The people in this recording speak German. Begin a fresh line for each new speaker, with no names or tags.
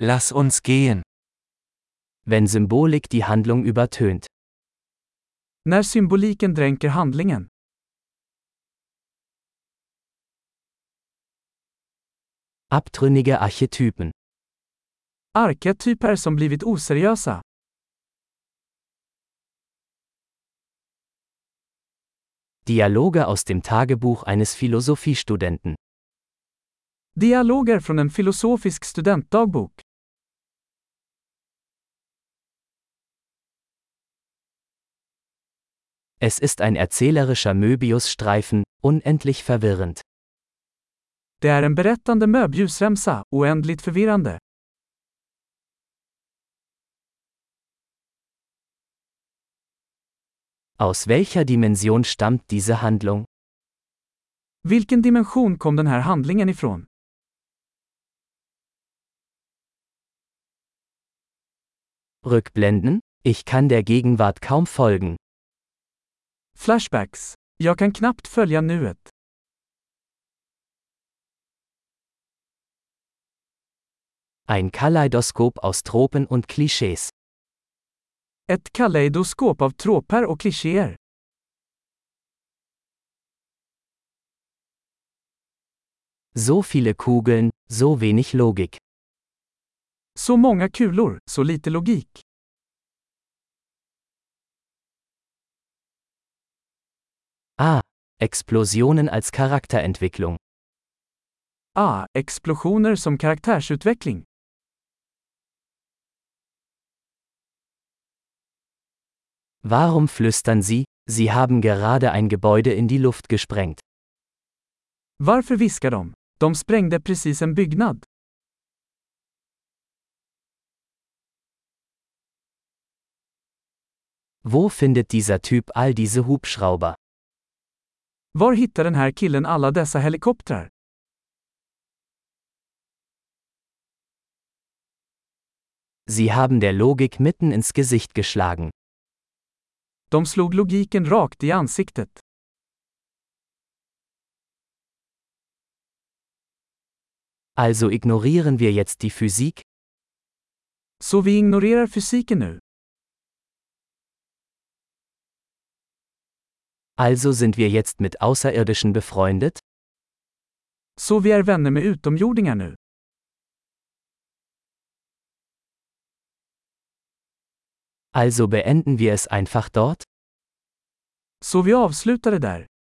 Lass uns gehen.
Wenn Symbolik die Handlung übertönt.
När symboliken dränker handlingen.
Abtrünnige Archetypen.
Arketyper som blivit oseriösa.
Dialoge aus dem Tagebuch eines Philosophiestudenten.
Dialoger från en filosofisk studentdagbok.
Es ist ein erzählerischer Möbiusstreifen, unendlich verwirrend.
Det är en berättande möbiusremsa, oändligt förvirrande.
Aus welcher Dimension stammt diese Handlung?
Vilken dimension kom den här handlingen ifrån?
Rückblenden? Ich kann der Gegenwart kaum folgen.
Flashbacks. Jag kan knappt följa nuet.
Ein Kaleidoskop aus Tropen und Klischees.
Ett kaleidoskop av tråper och klichéer.
So viele Kugeln, so wenig Logik.
Så många kulor, så lite logik.
Ah, Explosionen als Charakterentwicklung.
Ah, explosioner som karaktärsutveckling.
Warum flüstern Sie, Sie haben gerade ein Gebäude in die Luft gesprengt?
Varför viskar de? De sprängde precis en byggnad.
Wo findet dieser Typ all diese Hubschrauber?
Var hittar den här killen alla dessa helikoptrar?
Sie haben der Logik mitten ins Gesicht geschlagen.
De slog logiken rakt i ansiktet.
Also ignorieren wir jetzt die Physik?
Så vi ignorerar fysiken nu.
Also sind wir jetzt mit Außerirdischen befreundet?
Så vi är vänner med utomjordingar nu.
Also beenden wir es einfach dort?
Så vi avslutar det där.